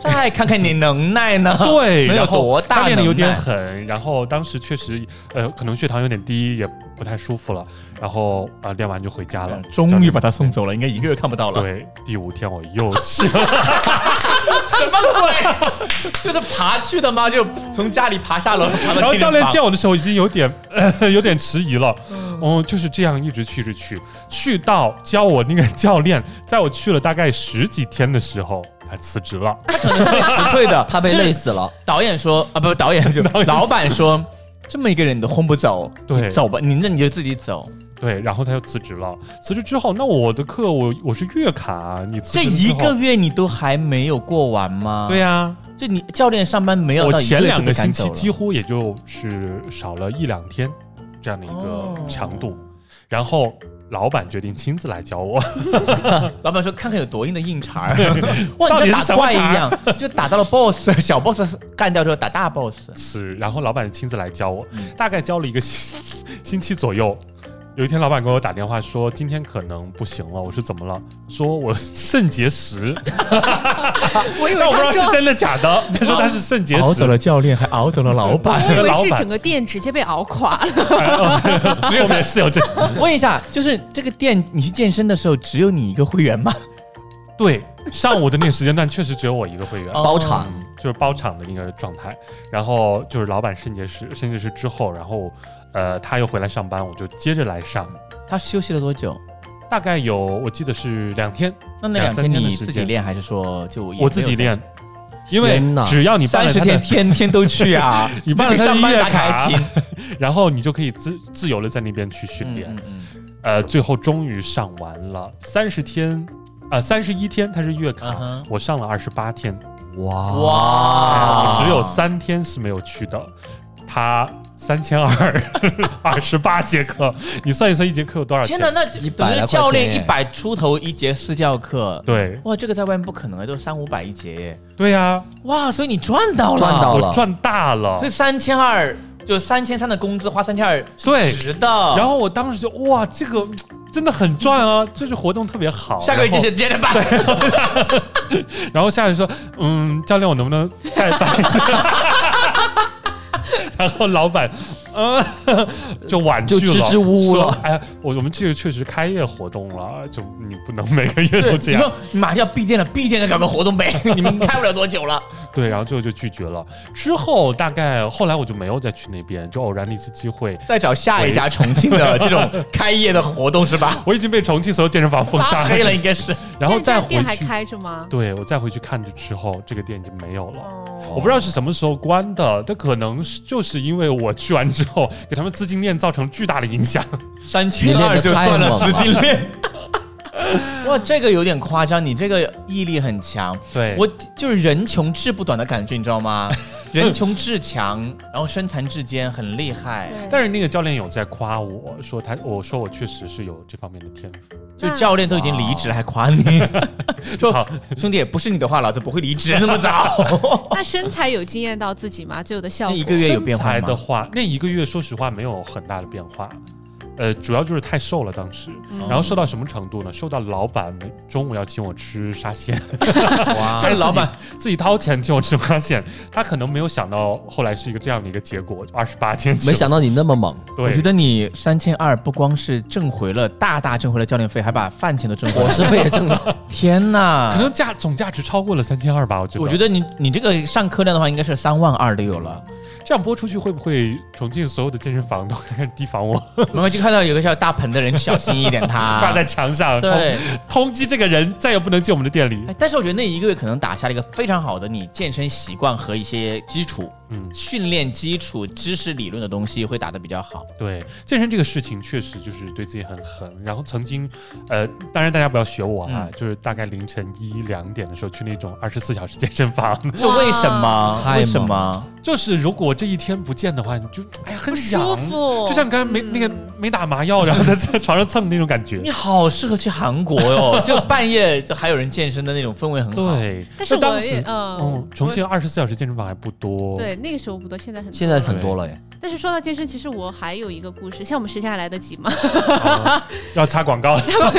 Speaker 1: 再看看你能耐呢。
Speaker 4: 对，
Speaker 1: 能有
Speaker 4: 然后
Speaker 1: 多大
Speaker 4: 他练的有点
Speaker 1: 能耐
Speaker 4: 狠，然后当时确实，呃，可能血糖有点低，也不太舒服了。然后啊、呃练完就回家了。
Speaker 1: 哎嗯终于把他送走了，应该一个月看不到了。
Speaker 4: 对，第五天我又去了，
Speaker 1: 什么鬼？ 就是爬去的吗？就从家里爬下楼，爬到
Speaker 4: 然后
Speaker 1: 健身
Speaker 4: 教练
Speaker 1: 房
Speaker 4: 见我的时候已经有点、呃、有点迟疑了。哦，就是这样一直去，一直去，去到教我那个教练，在我去了大概十几天的时候，他辞职了。
Speaker 1: 辞退的，
Speaker 3: 他被
Speaker 1: 就是
Speaker 3: 累死了，
Speaker 1: 导演说啊，不， 导演就
Speaker 4: 导演
Speaker 1: 老板说，这么一个人你都轰不走，
Speaker 4: 对
Speaker 1: 走吧，你那你就自己走。
Speaker 4: 对，然后他又辞职了。辞职之后，那我的课我我是月卡啊，你辞
Speaker 1: 这
Speaker 4: 职
Speaker 1: 一
Speaker 4: 之后
Speaker 1: 个月你都还没有过完吗？
Speaker 4: 对、呀、
Speaker 1: 这你教练上班没有
Speaker 4: 我
Speaker 1: 到一
Speaker 4: 前
Speaker 1: 月
Speaker 4: 两
Speaker 1: 就被
Speaker 4: 个
Speaker 1: 赶
Speaker 4: 星期
Speaker 1: 走
Speaker 4: 几
Speaker 1: 了
Speaker 4: 乎也就是少了一两天这样的一个
Speaker 1: 哦
Speaker 4: 强度，然后老板决定亲自来教我。
Speaker 1: 老板说看看有多硬的硬茬儿，
Speaker 4: 到
Speaker 1: 哇，
Speaker 4: 底
Speaker 1: 你跟
Speaker 4: 是什
Speaker 1: 打
Speaker 4: 么
Speaker 1: 怪一
Speaker 4: 茬儿
Speaker 1: 样，就打到了 boss，小 boss 干掉之后打大 boss。
Speaker 4: 是，然后老板亲自来教我，
Speaker 1: 嗯
Speaker 4: 大概教了一个 星星期左右。有一天，老板给我打电话说今天可能不行了。我说怎么了？说我肾 结石，
Speaker 5: 我以为
Speaker 4: 但我不
Speaker 5: 他
Speaker 4: 知道是
Speaker 5: 说。
Speaker 4: 真的假的。他说他是肾结
Speaker 1: 熬走
Speaker 4: 石，
Speaker 1: 了教练，还熬走了老 板。
Speaker 5: 我以为
Speaker 4: 老
Speaker 5: 是
Speaker 4: 板
Speaker 5: 整个店直接被熬垮了，
Speaker 4: 后面是 有这
Speaker 1: 问一下，就是这个店，你去健身的时候只有你一个会员吗？
Speaker 4: 对，上午的那个时间段确实只有我一个会员，
Speaker 1: 哦
Speaker 3: 包场。
Speaker 4: 嗯就是包场的那个状态。然后就是老板肾结石，肾结石之后，然后呃他又回来上班，我就接着来上，
Speaker 1: 他休息了多久？
Speaker 4: 大概有我记得是两天，
Speaker 1: 那那两
Speaker 4: 两三
Speaker 1: 天
Speaker 4: 天的
Speaker 1: 你
Speaker 4: 时
Speaker 1: 自己
Speaker 4: 间
Speaker 1: 练还是说就也没有
Speaker 4: 我自己练
Speaker 1: 在？
Speaker 4: 因为
Speaker 3: 天哪
Speaker 4: 只要你办
Speaker 1: 三
Speaker 4: 了
Speaker 1: 十
Speaker 4: 他
Speaker 1: 天
Speaker 4: 的，
Speaker 1: 天天都去啊！
Speaker 4: 你
Speaker 1: 这
Speaker 4: 办了
Speaker 1: 比
Speaker 4: 他的
Speaker 1: 上
Speaker 4: 音
Speaker 1: 班
Speaker 4: 乐
Speaker 1: 打卡
Speaker 4: 卡
Speaker 1: 还，勤。
Speaker 4: 然后你就可以自自由的在那边去训练。
Speaker 1: 嗯嗯
Speaker 4: 呃，最后终于上完了三十天，呃，三十一天它是月卡，
Speaker 1: 嗯哼
Speaker 4: 我上了二十八天，
Speaker 3: 哇
Speaker 1: 哇
Speaker 4: 只有三天是没有去的，他三千二，二十八节课，你算一算一节课有多少
Speaker 1: 天
Speaker 4: 钱
Speaker 1: 哪，？那
Speaker 3: 100
Speaker 1: 等
Speaker 3: 来
Speaker 1: 于
Speaker 3: 块
Speaker 1: 教练一
Speaker 3: 钱
Speaker 1: 百出头一节私教课，
Speaker 4: 对
Speaker 1: 哇，这个在外面不可能，啊都三五百一节耶！
Speaker 4: 对呀、
Speaker 1: 哇，所以你赚到了，
Speaker 3: 赚到了
Speaker 4: 我赚大了
Speaker 1: 所以。三千二就三千三的工资花三千二
Speaker 4: 对
Speaker 1: 是值的。
Speaker 4: 然后我当时就哇，这个真的很赚啊，就是活动特别好。
Speaker 1: 下个月
Speaker 4: 然
Speaker 1: 接
Speaker 4: 后
Speaker 1: 着接着办，
Speaker 4: 然后下人说：“嗯，教练，我能不能代班？”然后老板，嗯，就婉拒
Speaker 3: 就
Speaker 4: 了，
Speaker 3: 支支吾吾
Speaker 4: 说
Speaker 3: 了。
Speaker 4: 哎，我我们这个确实开业活动了，就你不能每个月都
Speaker 1: 对，
Speaker 4: 这
Speaker 1: 你
Speaker 4: 样。
Speaker 1: 说马上要闭店了，闭店再搞个活动 呗，你们开不了多久了。
Speaker 4: 对，然后最后就拒绝了。之后大概后来我就没有再去那边，就偶然的一次机会，
Speaker 1: 再找下一家重庆的这种开业的活动是吧？
Speaker 4: 我已经被重庆所有健身房 封
Speaker 1: 拉
Speaker 4: 杀
Speaker 1: 黑了，应该是。
Speaker 4: 然后
Speaker 5: 现在
Speaker 4: 再回
Speaker 5: 店还
Speaker 4: 去。
Speaker 5: 开着吗？
Speaker 4: 对我再回去看着之后，这个店已经没有了。
Speaker 5: 哦，
Speaker 4: 我不知道是什么时候关的，但可能是就是因为我去完之后，给他们资金链造成巨大的影响。
Speaker 1: 三
Speaker 3: 你
Speaker 1: 千
Speaker 3: 练
Speaker 1: 二
Speaker 3: 得
Speaker 1: 就
Speaker 3: 太
Speaker 1: 断了资
Speaker 3: 猛
Speaker 1: 金链。 哇，这个有点夸张，你这个毅力很强。
Speaker 4: 对，
Speaker 1: 我就是人穷志不短的感觉，你知道 吗？人穷志强，然后身残志坚，很厉害。
Speaker 5: 对
Speaker 4: 但是那个教练有在夸我说他，我说我确实是有这方面的天赋。
Speaker 1: 就教练都已经离职了，还夸你， 说兄弟，不是你的话，老子不会离职那么早。
Speaker 2: 那身材有惊艳到自己吗？最后的效
Speaker 1: 哦那
Speaker 2: 果
Speaker 1: 一个月有变化
Speaker 4: 身材的
Speaker 1: 吗？
Speaker 4: 话，那一个月说实话没有很大的变化，呃，主要就是太瘦了当时。
Speaker 2: 嗯
Speaker 4: 然后瘦到什么程度呢？瘦到老板每中午要请我吃沙县，
Speaker 1: 哇
Speaker 4: 就是老板自己掏钱请我吃沙县，他可能没有想到后来是一个这样的一个结果，二十八天去了。
Speaker 3: 没想到你那么猛，
Speaker 1: 我
Speaker 4: 对
Speaker 1: 觉，得你三千二不光是挣回了，大大挣回了教练费，还把饭钱都挣回
Speaker 3: 伙
Speaker 1: 来。
Speaker 3: 食费也挣 了。
Speaker 1: 天哪！
Speaker 4: 可能价总价值超过了三千二吧，我觉得。
Speaker 1: 我觉得你你这个上课量的话，应该是三万二都有了。
Speaker 4: 这样播出去会不会重庆所有的健身房都开始提防我，
Speaker 1: 没关系，看到有个叫大鹏的人，小心一点 他。
Speaker 4: 挂在墙上，
Speaker 1: 啊对，
Speaker 4: 通通缉这个人再也不能进我们的店里。
Speaker 1: 哎但是我觉得那一个月可能打下了一个非常好的你健身习惯和一些基础，
Speaker 4: 嗯
Speaker 1: 嗯，训练基础知识理论的东西会打得比较好。
Speaker 4: 对，健身这个事情确实就是对自己很狠。然后曾经，呃，当然大家不要学我啊，
Speaker 1: 嗯
Speaker 4: 就是大概凌晨一两点的时候去那种二十四小时健身房，
Speaker 1: 就为什么？
Speaker 3: 太
Speaker 1: 为什
Speaker 3: 猛
Speaker 1: 么？
Speaker 4: 就是如果这一天不见的话，你就哎呀很
Speaker 5: 不
Speaker 4: 痒
Speaker 5: 舒。服，
Speaker 4: 就像刚才没、那个
Speaker 5: 嗯
Speaker 4: 没打麻药，然后在在 床上蹭的那种感觉
Speaker 1: 你。好适合去韩国哟、 就半夜就还有人健身的那种氛围很好。
Speaker 4: 对，
Speaker 2: 但是
Speaker 4: 那当
Speaker 2: 我也
Speaker 4: 时
Speaker 2: 嗯
Speaker 4: 嗯，，重庆二十四小时健身房还不多。
Speaker 2: 我，对那个时候不多，现在很多
Speaker 3: 现在很多了耶，
Speaker 2: 但是说到健身，其实我还有一个故事，像我们时间还来得及吗？
Speaker 4: 啊 要插广告了。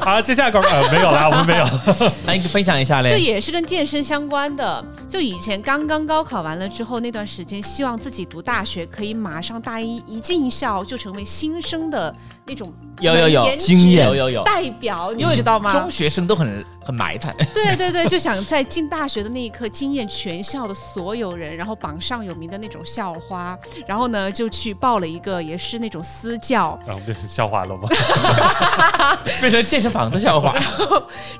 Speaker 4: 好，接下来广告、呃、没有 啦，我们没有。
Speaker 1: 来你分享一下
Speaker 2: 这
Speaker 1: 嘞。
Speaker 2: 也是跟健身相关的。就以前刚刚高考完了之后那段时间，希望自己读大学可以马上大一一进校就成为新生的那种
Speaker 1: 有有有
Speaker 2: 颜值
Speaker 3: 经验
Speaker 1: 有有有，
Speaker 2: 代表，你
Speaker 1: 因为
Speaker 2: 知道吗
Speaker 1: 中？学生都很很埋汰，
Speaker 2: 对对对，就想在进大学的那一刻惊艳全校的所有人，然后榜上有名的那种校花，然后呢就去报了一个也是那种私教，
Speaker 4: 然后我们这是笑话了吗？
Speaker 1: 变成健身房的笑 话。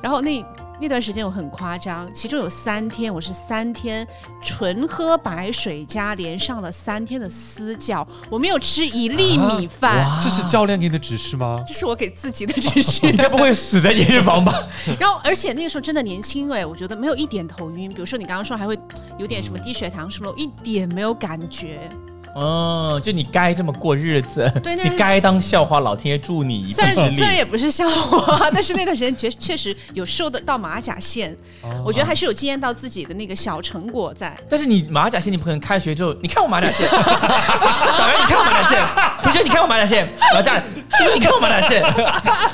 Speaker 2: 然后那那段时间我很夸张，其中有三天我是三天纯喝白水加连上了三天的私教，我没有吃一粒米饭，
Speaker 1: 啊
Speaker 4: 这是教练给你的指示吗？
Speaker 2: 这是我给自己的指示
Speaker 1: 你。该不会死在健身房吧？
Speaker 2: 然后而且那个时候真的年轻哎，我觉得没有一点头晕，比如说你刚刚说还会有点什么低血糖什么的，我一点没有感觉。
Speaker 1: 哦，就你该这么过日子，
Speaker 2: 对那
Speaker 1: 你该当笑话，老天爷助你一臂
Speaker 2: 虽然
Speaker 1: 之
Speaker 2: 虽然
Speaker 1: 力。
Speaker 2: 也不是笑话， 但是那段时间确确实有瘦的到马甲线，
Speaker 1: 哦
Speaker 2: 我觉得还是有惊艳到自己的那个小成果在。
Speaker 1: 但是你马甲线，你不可能开学之后，你看我马甲线，导员你看我马甲线，同学你看我马甲线，然后家人叔叔你看我马甲线，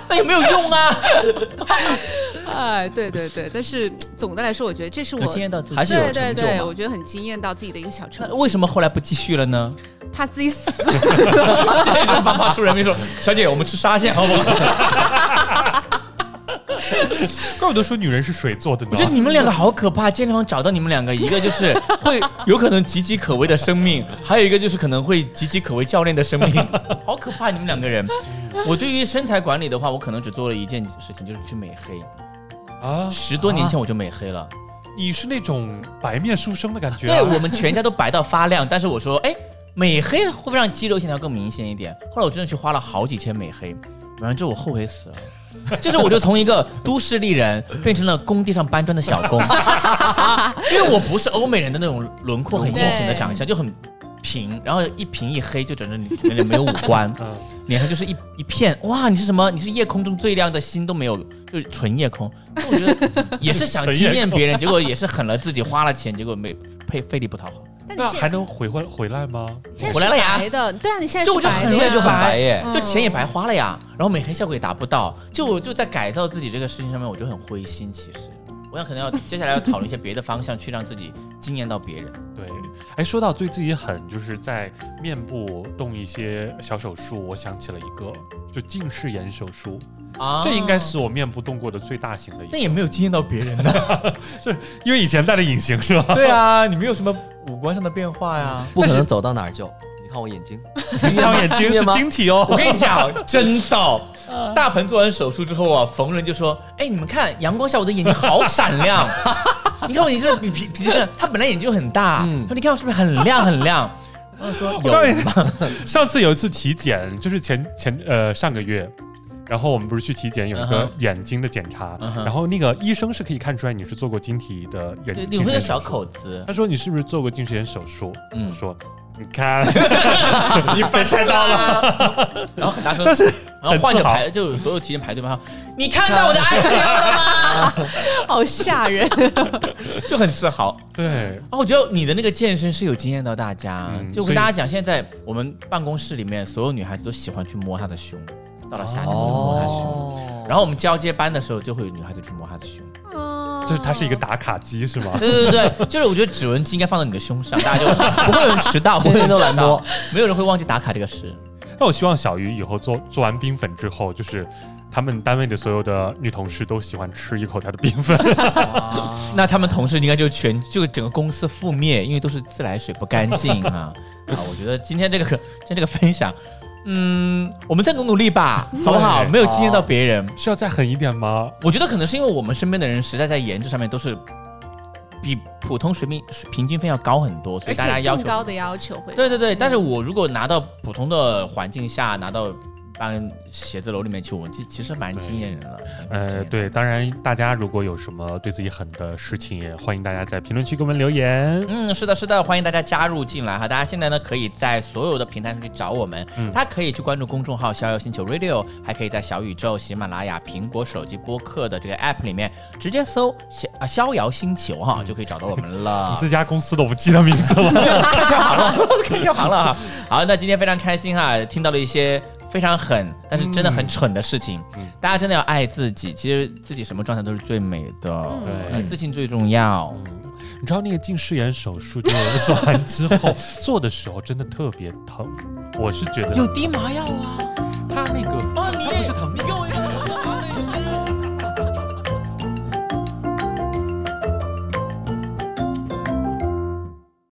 Speaker 1: 那有没有用啊？
Speaker 5: 哎，对对对，但是总的来说，我觉得这是我
Speaker 1: 有经验到自己
Speaker 3: 还是有
Speaker 5: 对
Speaker 3: 成
Speaker 5: 对
Speaker 3: 就
Speaker 5: 对，
Speaker 3: 嘛
Speaker 5: 我觉得很惊艳到自己的一个小成
Speaker 1: 那
Speaker 5: 就。
Speaker 1: 为什么后来不继续了呢？
Speaker 5: 怕自己 死？
Speaker 1: 健身房怕出人命说，小姐我们吃沙县好不好？
Speaker 4: 怪不得说女人是水做的呢。
Speaker 1: 我觉得你们两个好可怕，健身房找到你们两个，一个就是会有可能岌岌可危的生命，还有一个就是可能会岌岌可危教练的生命，好可怕！你们两个人，我对于身材管理的话，我可能只做了一件事情，就是去美黑。
Speaker 4: 啊，
Speaker 1: 十多年前我就美黑了，
Speaker 4: 你是那种白面书生的感觉、啊。
Speaker 1: 对我们全家都白到发亮，但是我说，哎，美黑会不会让肌肉线条更明显一点？后来我真的去花了好几千美黑，完了之后我后悔死了。 就是我就从一个都市丽人变成了工地上搬砖的小工， 因为我不是欧美人的那种轮廓很硬挺的长相，就很平，然后一平一黑就整个你整个人没有五官，
Speaker 4: 嗯，
Speaker 1: 脸上就是一一片哇，你是什么？你是夜空中最亮的星都没有，就是纯夜空。我觉得也是想
Speaker 4: 纯夜
Speaker 1: 惊艳
Speaker 4: 空
Speaker 1: 别人，结果也是狠了自己，花了钱，结果没费费力不讨好。
Speaker 5: 但你
Speaker 4: 那
Speaker 5: 现
Speaker 4: 还能回回回来吗？
Speaker 5: 现在
Speaker 1: 回来
Speaker 5: 是
Speaker 1: 了呀
Speaker 5: 白的，对啊，你现在
Speaker 1: 就是我就
Speaker 5: 白
Speaker 1: 很
Speaker 5: 的
Speaker 1: 容易
Speaker 5: 呀
Speaker 1: 就很白
Speaker 3: 耶
Speaker 5: 嗯
Speaker 1: 就钱也白花了呀，然后美黑效果也达不到，就我就在改造自己这个事情上面，我就很灰心。其实我我想可能要接下来要讨论一些别的方向，去让自己惊艳到别人。
Speaker 4: 对，哎，说到对自己狠，就是在面部动一些小手术，我想起了一个，就近视眼手术，
Speaker 1: 啊
Speaker 4: 这应该是我面部动过的最大型的一个
Speaker 6: 但，也没有惊艳到别人呢。
Speaker 4: 因为以前戴的隐形是吧？
Speaker 6: 对啊，你没有什么五官上的变化呀、
Speaker 3: 不可能走到哪儿就。你看我眼睛，
Speaker 4: 一条眼 睛是晶体哦，
Speaker 6: 我跟你讲，真的，大鹏做完手术之后啊，逢人就说：“哎，你们看阳光下我的眼睛好闪亮。 你看我眼睛就是比平平时他本来眼睛就很大，
Speaker 3: 嗯
Speaker 6: 他说你看我是不是很亮很亮？”然后说有
Speaker 4: 告诉你 上次有一次体检，就是前前呃上个月，然后我们不是去体检有一
Speaker 1: 嗯
Speaker 4: 个
Speaker 1: 哼
Speaker 4: 眼睛的检查，
Speaker 1: 嗯哼
Speaker 4: 然后那个医生是可以看出来你是做过晶体的眼
Speaker 1: 对，
Speaker 4: 睛，
Speaker 1: 你会有小口子，
Speaker 4: 他说你是不是做过近视眼手术？
Speaker 1: 嗯
Speaker 4: 我说你看，
Speaker 6: 你被猜到了，
Speaker 1: 然后很大声，
Speaker 4: 但是
Speaker 1: 然后
Speaker 4: 很
Speaker 1: 患者
Speaker 4: 自豪
Speaker 1: 排就是所有提前排队嘛，你看到我的 i p a 了吗？
Speaker 2: 好吓人。
Speaker 6: 就很自豪。
Speaker 4: 对，
Speaker 1: 啊，我觉得你的那个健身是有惊艳到大家。
Speaker 4: 嗯
Speaker 1: 就我跟大家讲，现在我们办公室里面所有女孩子都喜欢去摸她的胸，到了夏天会摸她胸。
Speaker 4: 哦
Speaker 1: 然后我们交接班的时候，就会有女孩子去摸她的胸。
Speaker 4: 就是它是
Speaker 5: 哦
Speaker 4: 一个打卡机是吗？
Speaker 1: 对对对对，就是我觉得指纹机应该放到你的胸上，大家就 不会有人迟到，不
Speaker 3: 天
Speaker 1: 会有人
Speaker 3: 天都来
Speaker 1: 迟到
Speaker 3: 摸，，
Speaker 1: 没有人会忘记打卡这个事。
Speaker 4: 那我希望小鱼以后做做完冰粉之后，就是他们单位的所有的女同事都喜欢吃一口她的冰 粉。
Speaker 1: 那他们同事应该就全就整个公司覆灭，因为都是自来水不干净 啊啊！我觉得今天这个今天这个分享，嗯，我们再努努力吧，好不好？
Speaker 4: 对
Speaker 1: 没有惊艳到别人，
Speaker 4: 是要再狠一点吗？
Speaker 1: 我觉得可能是因为我们身边的人实在在颜值上面都是比普通水平平均分要高很多，所
Speaker 2: 而
Speaker 1: 以大家
Speaker 2: 且
Speaker 1: 要
Speaker 2: 更
Speaker 1: 求
Speaker 2: 高的要求会，
Speaker 1: 对对对，但是我如果拿到普通的环境下，拿到一般写字楼里面去，我其其实蛮惊艳人了。蛮惊艳的，
Speaker 4: 呃，对，当然，大家如果有什么对自己狠的事情，也欢迎大家在评论区给我们留言。
Speaker 1: 嗯，是的，是的，欢迎大家加入进来哈！大家现在呢可以在所有的平台上去找我们，
Speaker 4: 嗯
Speaker 1: 大家可以去关注公众号“逍遥星球 Radio”，还可以在小宇宙、喜马拉雅、苹果手机播客的这个 App 里面直接搜“逍啊逍遥星球”
Speaker 4: 嗯
Speaker 1: 哈，就可以找到我们了。
Speaker 4: 你这家公司都不记得名字了，
Speaker 1: 干嘛了？ 干嘛了啊？好，那今天非常开心哈，听到了一些非常狠，但是真的很蠢的事情。
Speaker 4: 嗯
Speaker 1: 大家真的要爱自己，其实自己什么状态都是最美的，
Speaker 4: 对
Speaker 1: 呃自信最重要。
Speaker 4: 嗯 你知道那个近视眼手术，就是我们做完之后 做的时候真的特别疼，我是觉得
Speaker 1: 滴麻药啊
Speaker 4: 它那个
Speaker 1: 啊！
Speaker 4: 它不是疼，
Speaker 1: 跟我一